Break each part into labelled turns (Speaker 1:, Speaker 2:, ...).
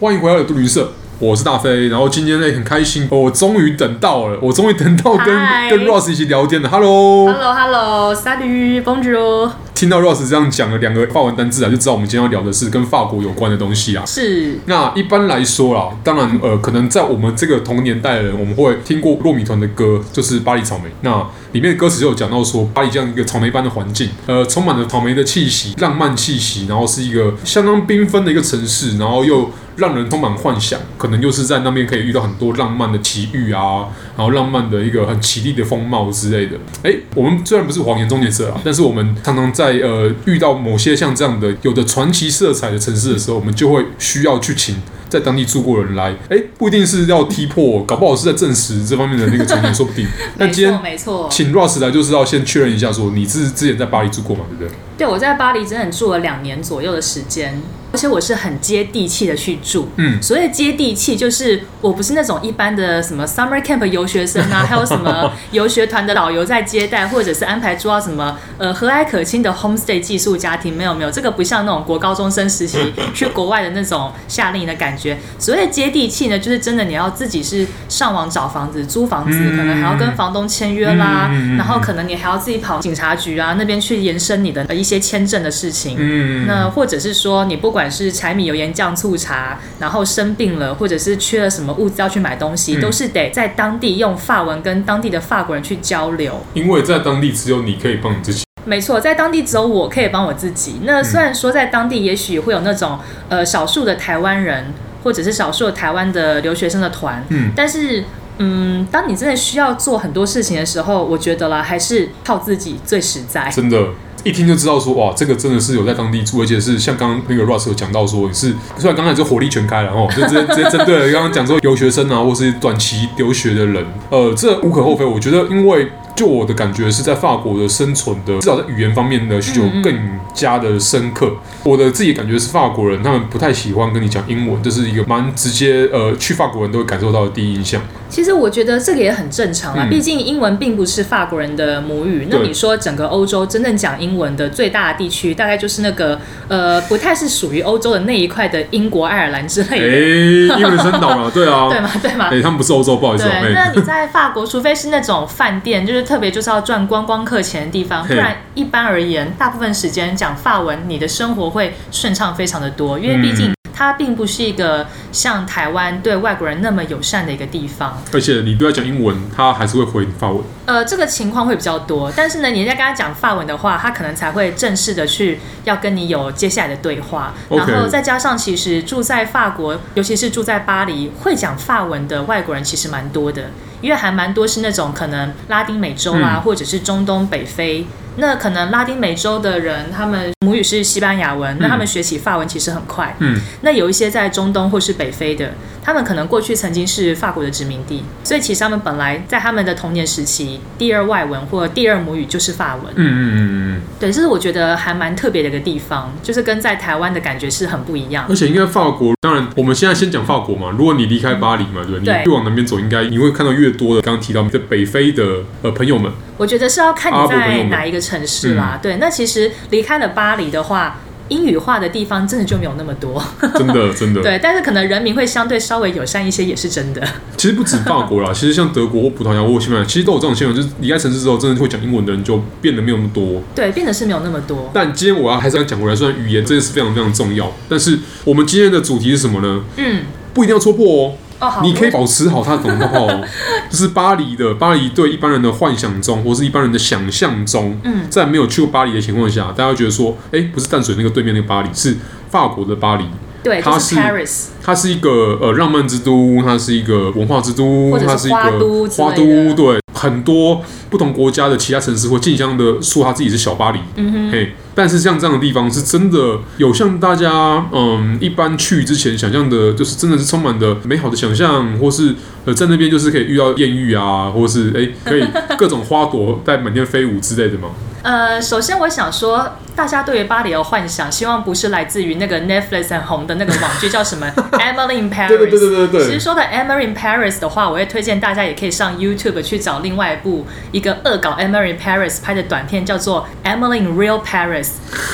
Speaker 1: 欢迎回到杜旅社，我是大飞。然后今天呢很开心，哦我终于等到了，我终于等到跟
Speaker 2: 嗨
Speaker 1: 跟 Ross 一起聊天了。Hello，,
Speaker 2: Hello Hello Salut Bonjour，
Speaker 1: 听到 Ross 这样讲了两个法文单字啊，就知道我们今天要聊的是跟法国有关的东西啊。
Speaker 2: 是
Speaker 1: 那一般来说啦，当然呃，可能在我们这个同年代的人，我们会听过糯米团的歌，就是《巴黎草莓》。那里面的歌词就有讲到说，巴黎这样一个草莓般的环境，呃，充满了草莓的气息、浪漫气息，然后是一个相当缤纷的一个城市，然后又让人充满幻想。可能就是在那边可以遇到很多浪漫的奇遇啊，然后浪漫的一个很奇丽的风貌之类的。哎，我们虽然不是谎言终结者啊，但是我们常常在呃遇到某些像这样的有着传奇色彩的城市的时候，我们就会需要去请。在当地住过的人来，哎、不一定是要踢破，搞不好是在证实这方面的那个传言，说不定。那
Speaker 2: 没
Speaker 1: 今天
Speaker 2: 错没错，
Speaker 1: 请 Ross 来就是要先确认一下说你是之前在巴黎住过嘛，对不对？
Speaker 2: 对我在巴黎整整住了两年左右的时间，而且我是很接地气的去住。
Speaker 1: 嗯
Speaker 2: 所谓的接地气，就是我不是那种一般的什么 summer camp 游学生 啊，还有什么游学团的导游在接待，或者是安排住到什么呃和蔼可亲的 homestay 寄宿家庭，没有没有，这个不像那种国高中生实习 去国外的那种夏令营的感觉。所谓的接地气呢，就是真的你要自己是上网找房子、租房子，
Speaker 1: 嗯
Speaker 2: 可能还要跟房东签约啦，
Speaker 1: 嗯嗯嗯嗯
Speaker 2: 然后可能你还要自己跑警察局啊那边去延伸你的呃一些签证的事情。
Speaker 1: 嗯，
Speaker 2: 那或者是说，你不管是柴米油盐酱醋茶，然后生病了，或者是缺了什么物资要去买东西，
Speaker 1: 嗯
Speaker 2: 都是得在当地用法文跟当地的法国人去交流。
Speaker 1: 因为在当地只有你可以帮你自己。
Speaker 2: 没错，在当地只有我可以帮我自己。
Speaker 1: 嗯
Speaker 2: 那虽然说在当地也许会有那种呃少数的台湾人，或者是少数的台湾的留学生的团，
Speaker 1: 嗯
Speaker 2: 但是。嗯，当你真的需要做很多事情的时候，我觉得啦，还是靠自己最实在。
Speaker 1: 真的，一听就知道说哇，这个真的是有在当地住，而且是像刚刚那个 Russ 有讲到说，你是虽然刚才就火力全开了 哦，就直接直接针对了刚刚讲说留学生啊，或是短期留学的人，呃，这无可厚非。我觉得，因为就我的感觉是在法国的生存的，至少在语言方面的需求
Speaker 2: 嗯
Speaker 1: 更加的深刻。我的自己感觉是法国人他们不太喜欢跟你讲英文，这是一个蛮直接，呃，去法国人都会感受到的第一印象。
Speaker 2: 其实我觉得这个也很正常啦，
Speaker 1: 嗯
Speaker 2: 毕竟英文并不是法国人的母语。那
Speaker 1: 对
Speaker 2: 你说整个欧洲真正讲英文的最大的地区，大概就是那个呃，不太是属于欧洲的那一块的英国、爱尔兰之类
Speaker 1: 哎、
Speaker 2: 的，
Speaker 1: 英文生导了，对啊，
Speaker 2: 对吗？对吗？
Speaker 1: 哎、他们不是欧洲，不好意思、哦，哎
Speaker 2: 对，那你在法国，除非是那种饭店，就是特别就是要赚观光客钱的地方，
Speaker 1: 嘿
Speaker 2: 不然一般而言，大部分时间讲法文，你的生活会顺畅非常的多，因为毕竟
Speaker 1: 嗯
Speaker 2: 它并不是一个像台湾对外国人那么友善的一个地方。
Speaker 1: 而且你对他讲英文，他还是会回你法文。
Speaker 2: 呃，这个情况会比较多，但是呢，你在跟他讲法文的话，他可能才会正式的去要跟你有接下来的对话。
Speaker 1: OK
Speaker 2: 然后再加上，其实住在法国，尤其是住在巴黎，会讲法文的外国人其实蛮多的，因为还蛮多是那种可能拉丁美洲啊，
Speaker 1: 嗯
Speaker 2: 或者是中东北非。那可能拉丁美洲的人，他们母语是西班牙文，那他们学起法文其实很快。
Speaker 1: 嗯，
Speaker 2: 那有一些在中东或是北非的，他们可能过去曾经是法国的殖民地，所以其实他们本来在他们的童年时期，第二外文或第二母语就是法文。
Speaker 1: 嗯嗯嗯嗯，
Speaker 2: 对，这是我觉得还蛮特别的一个地方，就是跟在台湾的感觉是很不一样
Speaker 1: 而。且应该法国，当然我们现在先讲法国嘛。如果你离开巴黎嘛，对不对？
Speaker 2: 对
Speaker 1: 你越往南边走，应该你会看到越多的刚刚提到的北非的呃朋友们。
Speaker 2: 我觉得是要看
Speaker 1: 阿拉
Speaker 2: 你
Speaker 1: 伯朋友
Speaker 2: 在
Speaker 1: 们
Speaker 2: 哪一个城市啦。
Speaker 1: 嗯
Speaker 2: 对，那其实离开了巴黎的话。英语化的地方真的就没有那么多，
Speaker 1: 真的真的。
Speaker 2: 对，但是可能人民会相对稍微友善一些，也是真的。
Speaker 1: 其实不止法国啦，其实像德国或葡萄牙或西班牙，其实都有这种现象，就是离开城市之后，真的会讲英文的人就变得没有那么多。
Speaker 2: 对，变得是没有那么多。
Speaker 1: 但今天我要还是要讲回来，虽然语言真的是非常非常重要，但是我们今天的主题是什么呢？
Speaker 2: 嗯，
Speaker 1: 不一定要戳破哦。
Speaker 2: 哦，好，
Speaker 1: 你可以保持好它的广告 哦，就是巴黎的巴黎对一般人的幻想中，或是一般人的想象中，
Speaker 2: 嗯
Speaker 1: 在没有去过巴黎的情况下，大家会觉得说，哎、不是淡水那个对面那个巴黎，是法国的巴黎，
Speaker 2: 对，就
Speaker 1: 它
Speaker 2: 是
Speaker 1: 是
Speaker 2: Paris，
Speaker 1: 它是一个呃浪漫之都，它是一个文化之都，
Speaker 2: 或者是
Speaker 1: 它一个
Speaker 2: 花都之类的
Speaker 1: 花都，对，很多不同国家的其他城市会竞相的说它自己是小巴黎，
Speaker 2: 嗯哼。
Speaker 1: 嘿，但是像这样的地方是真的有像大家嗯一般去之前想象的，就是真的是充满的美好的想象，或是呃在那 边就是可以遇到艳遇啊，或是哎、可以各种花朵在满天飞舞之类的吗？
Speaker 2: 呃，首先我想说，大家对于巴黎的幻想，希望不是来自于那个 Netflix 很红的那个网剧，叫什么《Emily in Paris》。
Speaker 1: 对对对对对对
Speaker 2: 其实说到《Emily in Paris》的话，我会推荐大家也可以上 YouTube 去找另外一部一个恶搞《Emily in Paris》拍的短片，叫做《Emily in Real Paris》，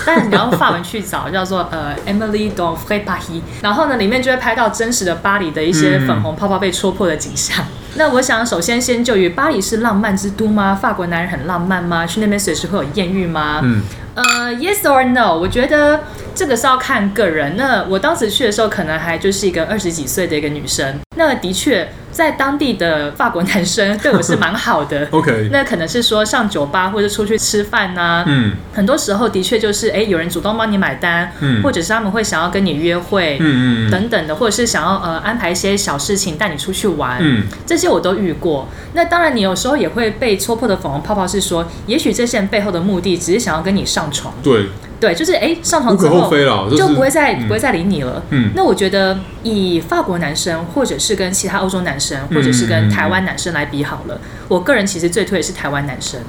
Speaker 2: 但你 要用法文去找，叫做呃《Emily dans Vrai Paris》。然后呢，里面就会拍到真实的巴黎的一些粉红泡泡被戳破的景象。 那我想，首先先就于巴黎是浪漫之都吗？法国男人很浪漫吗？去那边随时会有艳遇吗？
Speaker 1: 嗯，。
Speaker 2: 呃，yes or no？我觉得这个是要看个人。那我当时去的时候，可能还就是一个二十几岁的一个女生。那的确，在当地的法国男生对我是蛮好的
Speaker 1: OK，
Speaker 2: 那可能是说上酒吧或者出去吃饭呐、
Speaker 1: 嗯
Speaker 2: 很多时候的确就是，哎，有人主动帮你买单，
Speaker 1: 嗯
Speaker 2: 或者是他们会想要跟你约会，
Speaker 1: 嗯嗯嗯
Speaker 2: 等等的，或者是想要呃安排一些小事情带你出去玩，
Speaker 1: 嗯
Speaker 2: 这些我都遇过。那当然，你有时候也会被戳破的粉红泡泡是说，也许这些人背后的目的只是想要跟你上床，
Speaker 1: 对，
Speaker 2: 对，就是哎上
Speaker 1: 无
Speaker 2: 床之
Speaker 1: 可厚
Speaker 2: 后
Speaker 1: 非啦，
Speaker 2: 就是不会再、
Speaker 1: 嗯
Speaker 2: 不会再理你了。
Speaker 1: 嗯
Speaker 2: 那我觉得，以法国男生，或者是跟其他欧洲男生，或者是
Speaker 1: 嗯
Speaker 2: 跟台湾男生来比好了，我个人其实最推的是台湾男生。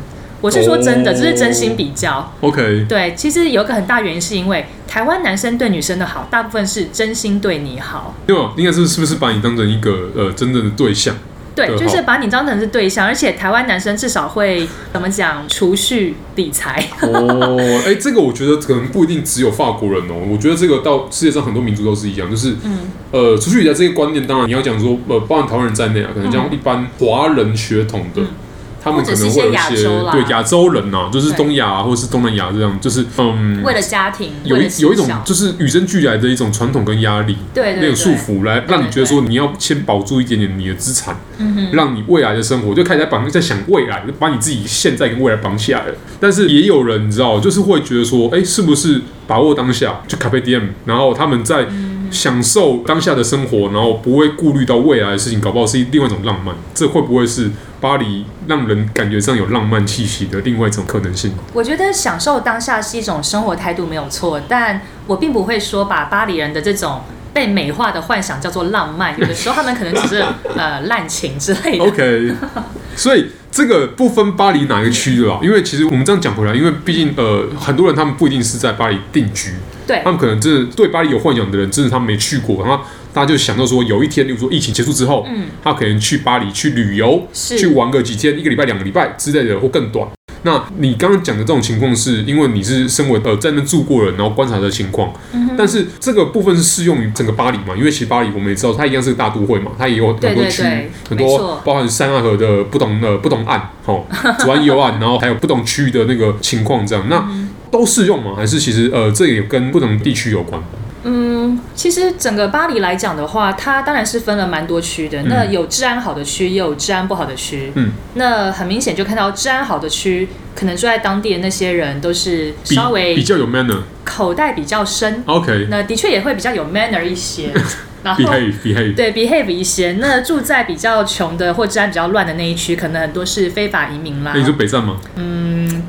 Speaker 2: 我是说真的，
Speaker 1: 哦
Speaker 2: 这是真心比较。
Speaker 1: OK，
Speaker 2: 对，其实有一个很大原因是因为台湾男生对女生的好，大部分是真心对你好。
Speaker 1: 因为应该是是不是把你当成一个呃真正的对象？
Speaker 2: 对，
Speaker 1: 对
Speaker 2: 就是
Speaker 1: 好
Speaker 2: 把你当成是对象，而且台湾男生至少会怎么讲，储蓄理财。
Speaker 1: 哦，哎、 这个我觉得可能不一定只有法国人哦，我觉得这个到世界上很多民族都是一样，就是
Speaker 2: 嗯，
Speaker 1: 呃，除去理财这个观念，当然你要讲说，呃，包含台湾人在内啊，可能像一般华人血统的。
Speaker 2: 嗯
Speaker 1: 他们可能会有一
Speaker 2: 或者是
Speaker 1: 些
Speaker 2: 一些亚洲啦
Speaker 1: 对亚洲人呐、啊，就是
Speaker 2: 对
Speaker 1: 东亚、啊、或者是东南亚这样，就是嗯，
Speaker 2: 为了家庭，
Speaker 1: 有
Speaker 2: 为
Speaker 1: 一
Speaker 2: 了
Speaker 1: 有一种
Speaker 2: 绩效
Speaker 1: 就是与生俱来的一种传统跟压力，
Speaker 2: 对对
Speaker 1: 那
Speaker 2: 对嗯
Speaker 1: 种束缚，来让你觉得说你要先保住一点点你的资产，让你未来的生活就开始在绑在想未来，就把你自己现在跟未来绑起来了。但是也有人你知道，就是会觉得说，哎，是不是把握当下就咖啡 DM，然后他们
Speaker 2: 嗯
Speaker 1: 在享受当下的生活，然后不会顾虑到未来的事情，搞不好是另外一种浪漫。这会不会是巴黎让人感觉上有浪漫气息的另外一种可能性？
Speaker 2: 我觉得享受当下是一种生活态度没有错，但我并不会说把巴黎人的这种被美化的幻想叫做浪漫，有的时候他们可能只是呃滥情之类的。
Speaker 1: OK，所以这个不分巴黎哪个区的啦，因为其实我们这样讲回来，因为毕竟呃，很多人他们不一定是在巴黎定居，
Speaker 2: 对
Speaker 1: 他，们可能真的对巴黎有幻想的人，真的他们没去过，然后大家就想到说，有一天，例如说疫情结束之后，
Speaker 2: 嗯，
Speaker 1: 他可能去巴黎去旅游，
Speaker 2: 是
Speaker 1: 去玩个几天，一个礼拜、两个礼拜之类的，或更短。那你刚刚讲的这种情况，是因为你是身为呃在那住过人，然后观察的情况。但是这个部分是适用于整个巴黎嘛？因为其实巴黎我们也知道，它一样是个大都会嘛，它也有很
Speaker 2: 对
Speaker 1: 多
Speaker 2: 对
Speaker 1: 区，
Speaker 2: 对
Speaker 1: 很
Speaker 2: 没
Speaker 1: 多
Speaker 2: 错
Speaker 1: 包含塞纳河的不同的不同岸， 哦，左岸右岸，然后还有不同区域的那个情况这样。那
Speaker 2: 嗯
Speaker 1: 都适用吗？还是其实呃，这也跟不同地区有关？
Speaker 2: 嗯，其实整个巴黎来讲的话，它当然是分了蛮多区的。那有治安好的区，也有治安不好的区。
Speaker 1: 嗯，
Speaker 2: 那很明显就看到治安好的区，可能住在当地的那些人都是
Speaker 1: 比
Speaker 2: 稍
Speaker 1: 比
Speaker 2: 微
Speaker 1: 较有哦 manner。
Speaker 2: 口袋比较深，
Speaker 1: OK，behave
Speaker 2: 那的确也会比较有 manner 一 些。然后
Speaker 1: behave。
Speaker 2: 对 behave 一些。那住在比较穷的或治安比较乱的那一区，可能很多是非法移民啦嗯
Speaker 1: 那，你说北站吗？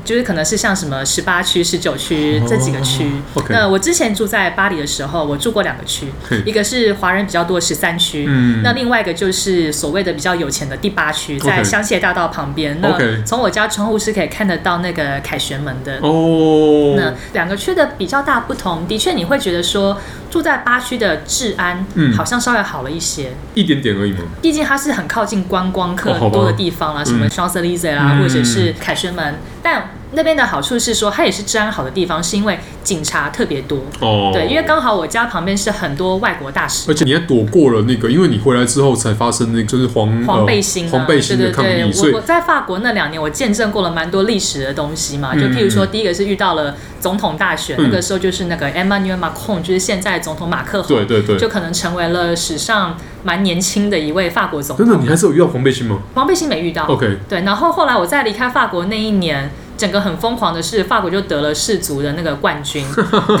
Speaker 2: 就是可能是像什么十八区、十九区这几个区。
Speaker 1: 哦 OK
Speaker 2: 那我之前住在巴黎的时候，我住过两个区
Speaker 1: 嘿，
Speaker 2: 一个是华人比较多十三区。
Speaker 1: 嗯
Speaker 2: 那另外一个就是所谓的比较有钱的第八区，在
Speaker 1: OK
Speaker 2: 香榭大道旁边。
Speaker 1: OK
Speaker 2: 那从我家窗户是可以看得到那个凯旋门的。
Speaker 1: 哦，
Speaker 2: 那两个区的比较大不同，的确你会觉得说住在八区的治安
Speaker 1: 嗯
Speaker 2: 好像稍微好了一些，
Speaker 1: 一点点而已嘛。
Speaker 2: 毕竟它是很靠近观光客
Speaker 1: 哦好吧
Speaker 2: 多的地方啦，什么 Champs Elysees 啦，
Speaker 1: 嗯
Speaker 2: 或者是凯旋门，但那边的好处是说，它也是治安好的地方，是因为警察特别多。
Speaker 1: 哦，
Speaker 2: 对，因为刚好我家旁边是很多外国大使，
Speaker 1: 而且你还躲过了那个，因为你回来之后才发生那个就是黄
Speaker 2: 黄背
Speaker 1: 呃
Speaker 2: 心、啊，
Speaker 1: 黄背心的抗
Speaker 2: 对
Speaker 1: 议，
Speaker 2: 对
Speaker 1: 所
Speaker 2: 对，
Speaker 1: 以
Speaker 2: 我我在法国那两年，我见证过了蛮多历史的东西嘛。就譬如说，第一个是遇到了总统大选，
Speaker 1: 嗯
Speaker 2: 那个时候就是那个 Emmanuel Macron，就是现在总统马克
Speaker 1: 对
Speaker 2: 宏，
Speaker 1: 对对
Speaker 2: 就，可能成为了史上蛮年轻的一位法国总
Speaker 1: 哦真的你
Speaker 2: 统。
Speaker 1: 还是有遇到黄背心吗
Speaker 2: 黄背心没遇到
Speaker 1: ？OK，
Speaker 2: 对。然后后来我在离开法国那一年。整个很疯狂的是，法国就得了世足的那个 冠军。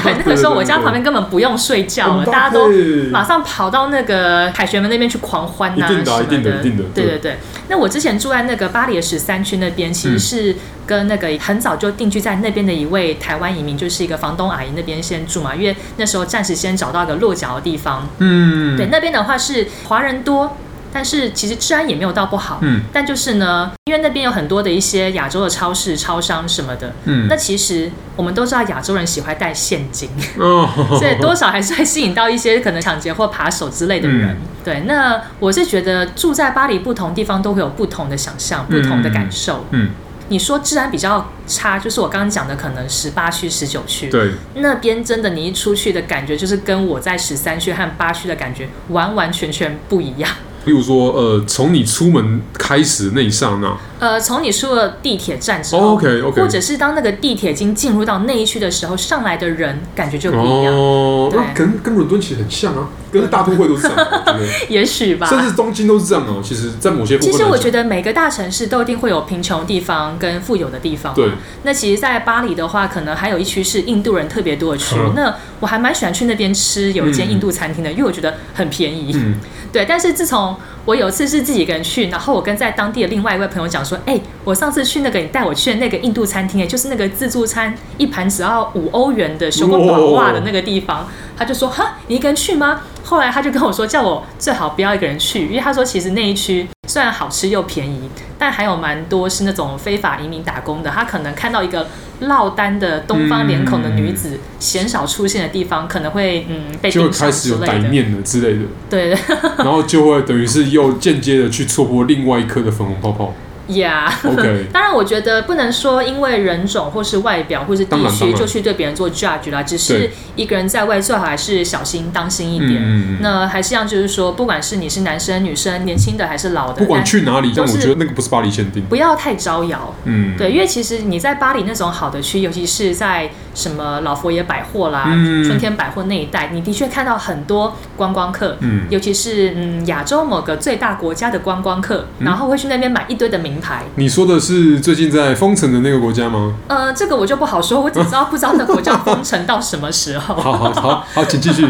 Speaker 2: 对，那个时候我家旁边根本不用睡觉了，
Speaker 1: 很棒
Speaker 2: 大家都
Speaker 1: 嘿
Speaker 2: 马上跑到那个凯旋门那边去狂欢呐、
Speaker 1: 一
Speaker 2: 啊，
Speaker 1: 定的啊
Speaker 2: 什么
Speaker 1: 一定的一定的
Speaker 2: 对
Speaker 1: 对
Speaker 2: 对对。那我之前住在那个巴黎的十三区那边，
Speaker 1: 嗯
Speaker 2: 其实是跟那个很早就定居在那边的一位台湾移民，就是一个房东阿姨那边先住嘛，因为那时候暂时先找到一个落脚的地方。
Speaker 1: 嗯，
Speaker 2: 对，那边的话是华人多。但是其实治安也没有到不好，
Speaker 1: 嗯
Speaker 2: 但就是呢，因为那边有很多的一些亚洲的超市、超商什么的，
Speaker 1: 嗯
Speaker 2: 那其实我们都知道亚洲人喜欢带 现金，
Speaker 1: 哦，
Speaker 2: 所以多少还是会吸引到一些可能抢劫或扒手之类的人。
Speaker 1: 嗯
Speaker 2: 对，那我是觉得住在巴黎不同地方都会有不同的想象、不同的感受。
Speaker 1: 嗯，
Speaker 2: 你说治安比较差，就是我刚刚讲的，可能十八区、十九区，
Speaker 1: 对，
Speaker 2: 那边真的你一出去的感觉，就是跟我在十三区和八区的感觉完完全全不一样。
Speaker 1: 例如说呃，从你出门开始那一刹那，
Speaker 2: 呃，从你出了地铁站之后、
Speaker 1: 哦，OK，OK
Speaker 2: 或者是当那个地铁已经进入到那一区的时候，上来的人感觉就不一样，
Speaker 1: 哦，
Speaker 2: 对
Speaker 1: 那跟跟伦敦其实很像啊，跟大都会都是这 样的，我觉得，
Speaker 2: 也许吧。
Speaker 1: 甚至东京都是这样哦。其实，在某些部分
Speaker 2: 其
Speaker 1: 来
Speaker 2: 实
Speaker 1: 讲，
Speaker 2: 我觉得每个大城市都一定会有贫穷地方跟富有的地方。
Speaker 1: 对。
Speaker 2: 那其实，在巴黎的话，可能还有一区是印度人特别多的区。
Speaker 1: 嗯
Speaker 2: 那我还蛮喜欢去那边吃有一间
Speaker 1: 嗯
Speaker 2: 印度餐厅的，因为我觉得很便宜。
Speaker 1: 嗯，
Speaker 2: 对，但是自从我有一次是自己一个人去，然后我跟在当地的另外一位朋友讲说，哎、我上次去那个你带我去的那个印度餐厅，哎，就是那个自助餐一盘只要五欧元的修过宝袜的那个地
Speaker 1: 哦
Speaker 2: 方，他就说，哈，你一个人去吗？后来他就跟我说，叫我最好不要一个人去，因为他说其实那一区虽然好吃又便宜，但还有蛮多是那种非法移民打工的，他可能看到一个落单的东方脸孔的女子鲜少出现的地方，可能会嗯被
Speaker 1: 嗯就会
Speaker 2: 盯上
Speaker 1: 开始
Speaker 2: 之
Speaker 1: 有
Speaker 2: 类
Speaker 1: 歹
Speaker 2: 的，
Speaker 1: 念了之类的，
Speaker 2: 对 对
Speaker 1: 然后就会等于是又间接的去戳破另外一颗的粉红泡 泡。
Speaker 2: ，Yeah。
Speaker 1: OK，
Speaker 2: 当然，我觉得不能说因为人种或是外表或是
Speaker 1: 当
Speaker 2: 地
Speaker 1: 然当
Speaker 2: 区
Speaker 1: 然
Speaker 2: 就去对别人做 judge 啦，只是
Speaker 1: 对
Speaker 2: 一个人在外最好还是小心当心一
Speaker 1: 嗯
Speaker 2: 点。
Speaker 1: 嗯嗯，
Speaker 2: 那还是一样，就是说，不管是你是男生女生，年轻的还是老的，
Speaker 1: 不管
Speaker 2: 但
Speaker 1: 去哪里，但
Speaker 2: 都
Speaker 1: 我
Speaker 2: 是
Speaker 1: 觉得那个不是巴黎限定。
Speaker 2: 不要太招摇。
Speaker 1: 嗯，
Speaker 2: 对，因为其实你在巴黎那种好的区，尤其是在什么老佛爷百货啦、
Speaker 1: 嗯
Speaker 2: 春天百货那一带，你的确看到很多观光客，
Speaker 1: 嗯
Speaker 2: 尤其是嗯亚洲某个最大国家的观光客，
Speaker 1: 嗯
Speaker 2: 然后会去那边买一堆的名牌，
Speaker 1: 你说的是最近在封城的那个国家吗？
Speaker 2: 呃，这个我就不好说，我只知道不知道那国家封城到什么时候。
Speaker 1: 好好好好，请继续。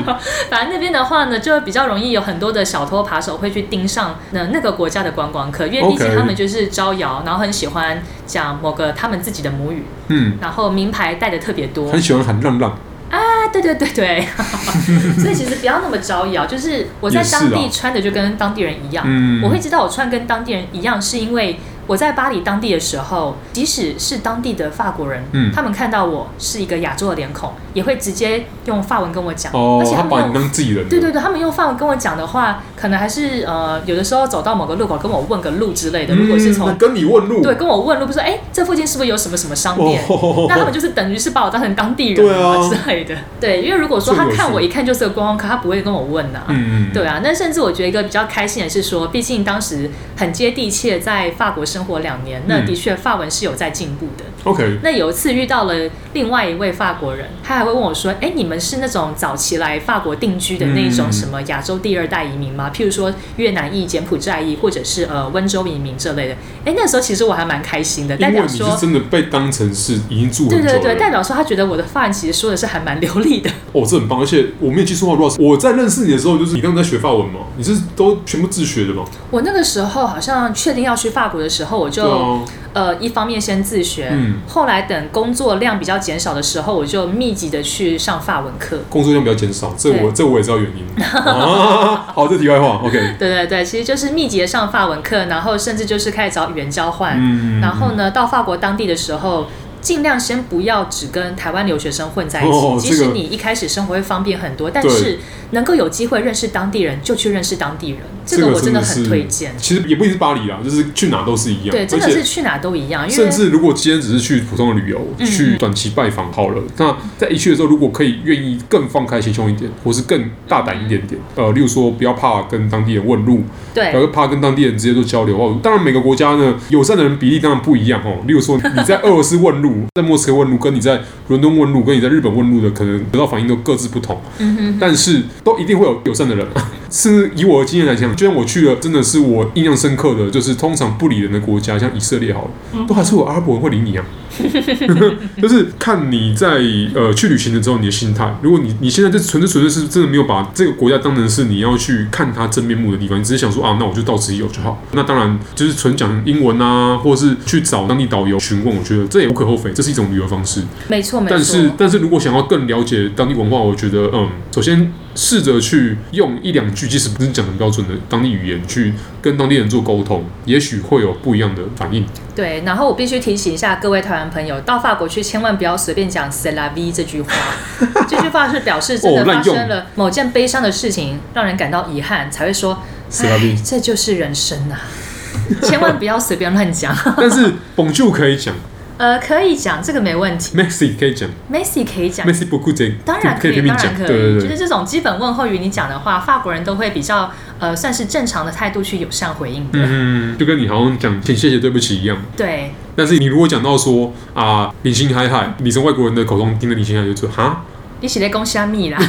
Speaker 2: 反正那边的话呢，就比较容易有很多的小偷扒手会去盯上那那个国家的观光客，因为毕竟
Speaker 1: OK
Speaker 2: 他们就是招摇，然后很喜欢讲某个他们自己的母语，
Speaker 1: 嗯，
Speaker 2: 然后名牌带的特别多。
Speaker 1: 很喜欢喊浪浪。
Speaker 2: 啊，对对对 对，所以其实不要那么招摇，就是我在
Speaker 1: 也是啊
Speaker 2: 当地穿的就跟当地人一样。
Speaker 1: 嗯
Speaker 2: 我会知道我穿跟当地人一样，是因为我在巴黎当地的时候，即使是当地的法国人，
Speaker 1: 嗯
Speaker 2: 他们看到我是一个亚洲的脸孔，也会直接用法文跟我讲，
Speaker 1: 哦
Speaker 2: 而，且
Speaker 1: 他
Speaker 2: 他们
Speaker 1: 把你
Speaker 2: 用。
Speaker 1: 当自己人了。
Speaker 2: 对对对，他们用法文跟我讲的话，可能还是呃，有的时候走到某个路口跟我问个路之类的。
Speaker 1: 嗯，
Speaker 2: 如果是从、
Speaker 1: 那跟你问路，
Speaker 2: 对跟我问路，不是说哎，这附近是不是有什么什么商店？
Speaker 1: 哦，
Speaker 2: 那他们就是等于是把我当成当地人啊
Speaker 1: 对啊
Speaker 2: 之类的。对，因为如果说
Speaker 1: 这
Speaker 2: 他
Speaker 1: 个有
Speaker 2: 看
Speaker 1: 趣
Speaker 2: 我一看就是个观光客，他不会跟我问呐、
Speaker 1: 嗯，嗯，
Speaker 2: 对啊，那甚至我觉得一个比较开心的是说，毕竟当时很接地气，在法国生活两年，那
Speaker 1: 嗯
Speaker 2: 的确法文是有在进步的。
Speaker 1: ，OK，
Speaker 2: 那有一次遇到了另外一位法国人，他还会问我说：“哎，你们是那种早期来法国定居的那种
Speaker 1: 嗯
Speaker 2: 什么亚洲第二代移民吗？譬如说越南裔、柬埔寨裔，或者是呃温州移民这类的。”哎，那时候其实我还蛮开心的，
Speaker 1: 因
Speaker 2: 代
Speaker 1: 为
Speaker 2: 表
Speaker 1: 你
Speaker 2: 说
Speaker 1: 是真的被当成是已经住很久
Speaker 2: 对
Speaker 1: 了。
Speaker 2: 对对，代表说他觉得我的发文其实说的是还蛮流利的。
Speaker 1: 哦，这很棒，而且我没有记错的话，Ross，我在认识你的时候，就是你当时在学法文嘛，你是都全部自学的嘛？
Speaker 2: 我那个时候好像确定要去法国的时候，我就、
Speaker 1: 对啊，
Speaker 2: 呃一方面先自学，
Speaker 1: 嗯
Speaker 2: 后来等工作量比较减少的时候，我就密集的去上法文课。
Speaker 1: 工作量比较减少，这我
Speaker 2: 对
Speaker 1: 这我也知道原因。 啊，好，这题外话，OK，
Speaker 2: 对对对，其实就是密集的上法文课，然后甚至就是开始找语言交换。
Speaker 1: 嗯，
Speaker 2: 然后呢，到法国当地的时候，尽量先不要只跟台湾留学生混在一起。
Speaker 1: 哦
Speaker 2: 即使
Speaker 1: 这个
Speaker 2: 你一开始生活会方便很多，但
Speaker 1: 对
Speaker 2: 是能够有机会认识当地人，就去认识当地人，这
Speaker 1: 这
Speaker 2: 个
Speaker 1: 个
Speaker 2: 我真的很
Speaker 1: 是
Speaker 2: 推荐。
Speaker 1: 其实也不一定是巴黎啦，就是去哪都是一样，
Speaker 2: 对，真的
Speaker 1: 而且
Speaker 2: 是去哪都一啊样，因为
Speaker 1: 甚至如果今天只是去普通的旅游，
Speaker 2: 嗯
Speaker 1: 去短期拜访好了。那在一去的时候，如果可以愿意更放开心胸一点，或是更大胆一点点，呃，例如说不要怕跟当地人问路，不
Speaker 2: 对
Speaker 1: 要怕跟当地人直接做交流哦。当然每个国家呢，友善的人比例当然不一样哦。例如说你在俄罗斯问路，在莫斯科问路，跟你在伦敦问路，跟你在日本问路的，可能得到反应都各自不同。
Speaker 2: 嗯哼，
Speaker 1: 但是都一定会有友善的人。 甚至以我的经验来讲，就像我去了，真的是我印象深刻的，就是通常不理人的国家，像以色列好
Speaker 2: 嗯
Speaker 1: 了，都还是有阿拉伯人会理你啊。 就是看你在呃去旅行的时候你的心态。如果你你现在就纯粹纯粹是真的没有把这个国家当成是你要去看它真面目的地方，你只是想说啊，那我就到此一游就好。那当然就是纯讲英文啊，或是去找当地导游询问，我觉得这也无可厚非，这是一种旅游方式。
Speaker 2: 没错没错。
Speaker 1: 但是，但是如果想要更了解当地文化，我觉得，嗯，首先试着去用一两句，即使不是讲的标准的当地语言，去跟当地人做沟通，也许会有不一样的反应。
Speaker 2: 对，然后我必须提醒一下各位台湾朋友，到法国去千万不要随便讲 “c'est la vie” 这句话，这句话是表示真
Speaker 1: 哦
Speaker 2: 的发
Speaker 1: 滥用
Speaker 2: 生了某件悲伤的事情，让人感到遗憾，才会说
Speaker 1: C'est la
Speaker 2: 哎
Speaker 1: vie，
Speaker 2: 这就是人生啊！千万不要随便乱讲。
Speaker 1: 但是 Bonjour 可以讲
Speaker 2: 呃，可以讲，这个没问题。
Speaker 1: ，Merci 可以讲
Speaker 2: Messi 可 以讲，
Speaker 1: ，Merci beaucoup 这
Speaker 2: 当然
Speaker 1: 可
Speaker 2: 可
Speaker 1: 以拼命
Speaker 2: 当然
Speaker 1: 讲，
Speaker 2: 可
Speaker 1: 对
Speaker 2: 以。
Speaker 1: 对
Speaker 2: 就是
Speaker 1: 对，
Speaker 2: 这种基本问候语，你讲的话，法国人都会比较呃，算是正常的态度去友善回应的。
Speaker 1: 嗯，就跟你好像讲请谢谢对不起一样。
Speaker 2: 对，
Speaker 1: 但是你如果讲到说啊，明星嗨嗨，你从外国人的口中听了明星嗨，就说哈
Speaker 2: 你起来恭喜阿蜜 啦。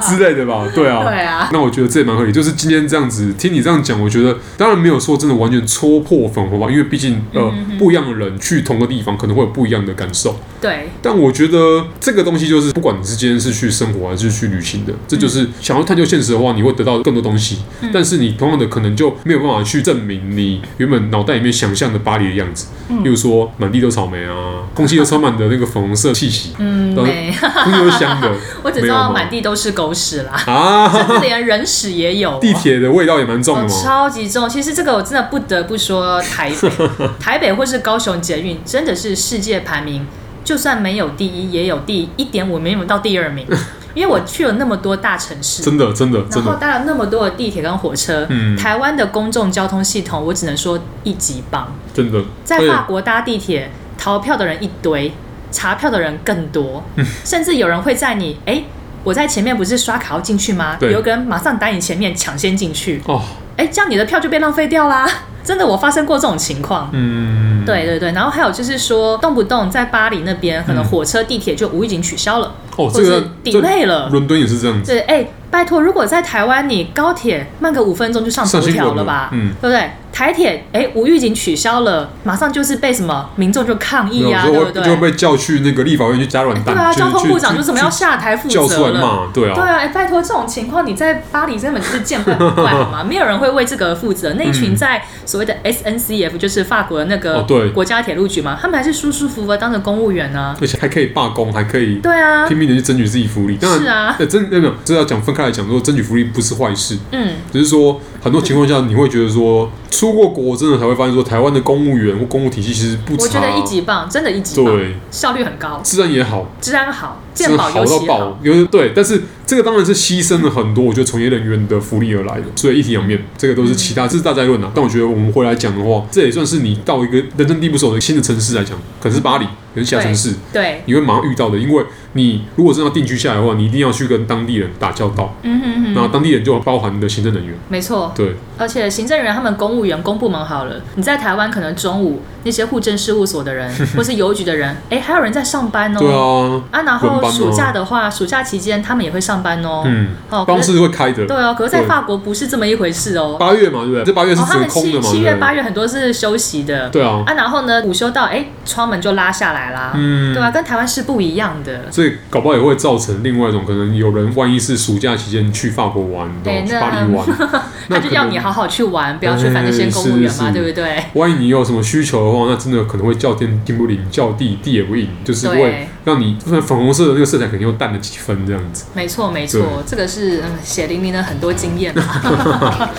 Speaker 1: 之类的吧，对啊，
Speaker 2: 啊 对啊，
Speaker 1: 那我觉得这也蛮合理。就是今天这样子听你这样讲，我觉得当然没有说真的完全戳破粉红吧，因为毕竟呃不一样的人去同个地方可能会有不一样的感受。
Speaker 2: 对，
Speaker 1: 但我觉得这个东西就是，不管你是今天是去生活还是去旅行的，这就是
Speaker 2: 嗯
Speaker 1: 想要探究现实的话，你会得到更多东西。但是你同样的可能就没有办法去证明你原本脑袋里面想象的巴黎的样子，
Speaker 2: 嗯
Speaker 1: 例如说满地都草莓啊，空气都充满的那个粉红色气 息，
Speaker 2: 嗯，
Speaker 1: 然后
Speaker 2: 没，
Speaker 1: 空气都是香的
Speaker 2: 我只
Speaker 1: 没
Speaker 2: 知
Speaker 1: 有吗
Speaker 2: 道满地都是狗屎啦，
Speaker 1: 啊，
Speaker 2: 甚至连人屎也有哦、
Speaker 1: 地铁的味道也蛮重的
Speaker 2: 哦，
Speaker 1: 嘛。
Speaker 2: 超级重！其实这个我真的不得不说，台 北、台北或是高雄捷运真的是世界排名，就算没有第一，也有第一点五，没有到第二 名。因为我去了那么多大城市，
Speaker 1: 真的，真的，
Speaker 2: 然
Speaker 1: 真
Speaker 2: 后
Speaker 1: 的，
Speaker 2: 搭了那么多的地铁跟火车，
Speaker 1: 嗯
Speaker 2: 台湾的公众交通系统，我只能说一级棒。
Speaker 1: 真的，
Speaker 2: 在
Speaker 1: 而且
Speaker 2: 法国搭地铁，逃票的人一堆，查票的人更多，
Speaker 1: 嗯
Speaker 2: 甚至有人会在你哎。我在前面不是刷卡要进去吗？
Speaker 1: 对
Speaker 2: 有一个人马上打你前面抢先进去，
Speaker 1: 哦，
Speaker 2: 哎，这样你的票就被浪费掉啦。 真的，我发生过这种情况。
Speaker 1: 嗯，
Speaker 2: 对对对，然后还有就是说，动不动在巴黎那边，可能火车、地铁就无预警取消了，
Speaker 1: 嗯哦，
Speaker 2: 或
Speaker 1: 这
Speaker 2: 是
Speaker 1: 个这
Speaker 2: delay 了。
Speaker 1: 伦敦也是这样子，
Speaker 2: 对，哎，拜托，如果在台湾，你高铁慢个五分钟就上头
Speaker 1: 上新闻
Speaker 2: 条了吧？
Speaker 1: 了嗯
Speaker 2: 对不对？台铁哎无预警取消了，马上就是被什么民众就抗
Speaker 1: 没有
Speaker 2: 议啊，
Speaker 1: 就
Speaker 2: 对
Speaker 1: 会
Speaker 2: 不对？
Speaker 1: 就会被叫去那个立法院去加软
Speaker 2: 对
Speaker 1: 蛋，
Speaker 2: 啊，
Speaker 1: 去
Speaker 2: 交通部长
Speaker 1: 去
Speaker 2: 就怎么
Speaker 1: 去
Speaker 2: 要下台负
Speaker 1: 叫出
Speaker 2: 责
Speaker 1: 来
Speaker 2: 了？
Speaker 1: 骂，对啊，
Speaker 2: 对啊，哎，拜托，这种情况你在巴黎根本就是见怪不怪，好 吗？没有人会为这个负责。那一群在所谓的 SNCF，就是法国的那个
Speaker 1: 嗯哦对
Speaker 2: 国家铁路局嘛，他们还是舒舒服服的当着公务员呢、
Speaker 1: 而且还可以罢工，还可以
Speaker 2: 对啊，
Speaker 1: 拼命的去争取自己福利。当然，
Speaker 2: 是啊
Speaker 1: 呃，争没有没有，这要讲分开来讲，说争取福利不是坏事，
Speaker 2: 嗯，
Speaker 1: 只是说很多情况下你会觉得说，出过国真的才会发现说，台湾的公务员或公务体系其实不差，
Speaker 2: 我觉得一级棒，真的一级棒，
Speaker 1: 对，
Speaker 2: 效率很高，
Speaker 1: 治安也好，
Speaker 2: 治安好，
Speaker 1: 真
Speaker 2: 健
Speaker 1: 的
Speaker 2: 保
Speaker 1: 好
Speaker 2: 尤
Speaker 1: 到
Speaker 2: 其好
Speaker 1: 爆。，有的对，但是这个当然是牺牲了很多，我觉得从业人员的福利而来的，所以一体两面，这个都是
Speaker 2: 嗯
Speaker 1: 其他，这是大家论啊。但我觉得我们回来讲的话，这也算是你到一个人生地不熟的新的城市来讲，可能是巴黎，可能是其他城市，
Speaker 2: 嗯对，
Speaker 1: 你会马上遇到的，因为你如果真的要定居下来的话，你一定要去跟当地人打交道，
Speaker 2: 嗯哼哼，
Speaker 1: 那当地人就包含你的行政人员，
Speaker 2: 没错。
Speaker 1: 对，
Speaker 2: 而且行政人员他们公务员、公部门好了，你在台湾可能中午那些户政事务所的人 或是邮局的人，哎，还有人在上班哦。
Speaker 1: 对啊，
Speaker 2: 啊，然
Speaker 1: 轮
Speaker 2: 后
Speaker 1: 班吗
Speaker 2: 暑假的话，暑假期间他们也会上班哦。
Speaker 1: 嗯，
Speaker 2: 哦，
Speaker 1: 办
Speaker 2: 可
Speaker 1: 公
Speaker 2: 是
Speaker 1: 室会开的
Speaker 2: 对，哦，可是在
Speaker 1: 对
Speaker 2: 法国不是这么一回事哦。
Speaker 1: 八月嘛，对不对？这八月是
Speaker 2: 哦，他
Speaker 1: 整个
Speaker 2: 们
Speaker 1: 空
Speaker 2: 七
Speaker 1: 的嘛，
Speaker 2: 七
Speaker 1: 对
Speaker 2: 月、
Speaker 1: 不
Speaker 2: 八
Speaker 1: 对？
Speaker 2: 月很多是休息的。
Speaker 1: 对啊，
Speaker 2: 啊，然后呢，午休到，哎，窗门就拉下来啦。
Speaker 1: 嗯
Speaker 2: 对吧、跟台湾是不一样的。
Speaker 1: 所以搞不好也会造成另外一种可能，有人万一是暑假期间去法国玩，
Speaker 2: 对
Speaker 1: 然后去
Speaker 2: 那
Speaker 1: 巴黎玩，
Speaker 2: 他
Speaker 1: 那
Speaker 2: 就
Speaker 1: 可
Speaker 2: 要
Speaker 1: 能
Speaker 2: 你好好去玩，不要去烦那些公务员
Speaker 1: 哎是
Speaker 2: 嘛，
Speaker 1: 是
Speaker 2: 对不对？
Speaker 1: 万一你有什么需求的话，那真的可能会叫天听不灵，叫地地也不应，就是会
Speaker 2: 对
Speaker 1: 让你粉红色的那个色彩肯定又淡了几分这样子。
Speaker 2: 没错，没错，这个是嗯血淋淋的很多经验啊。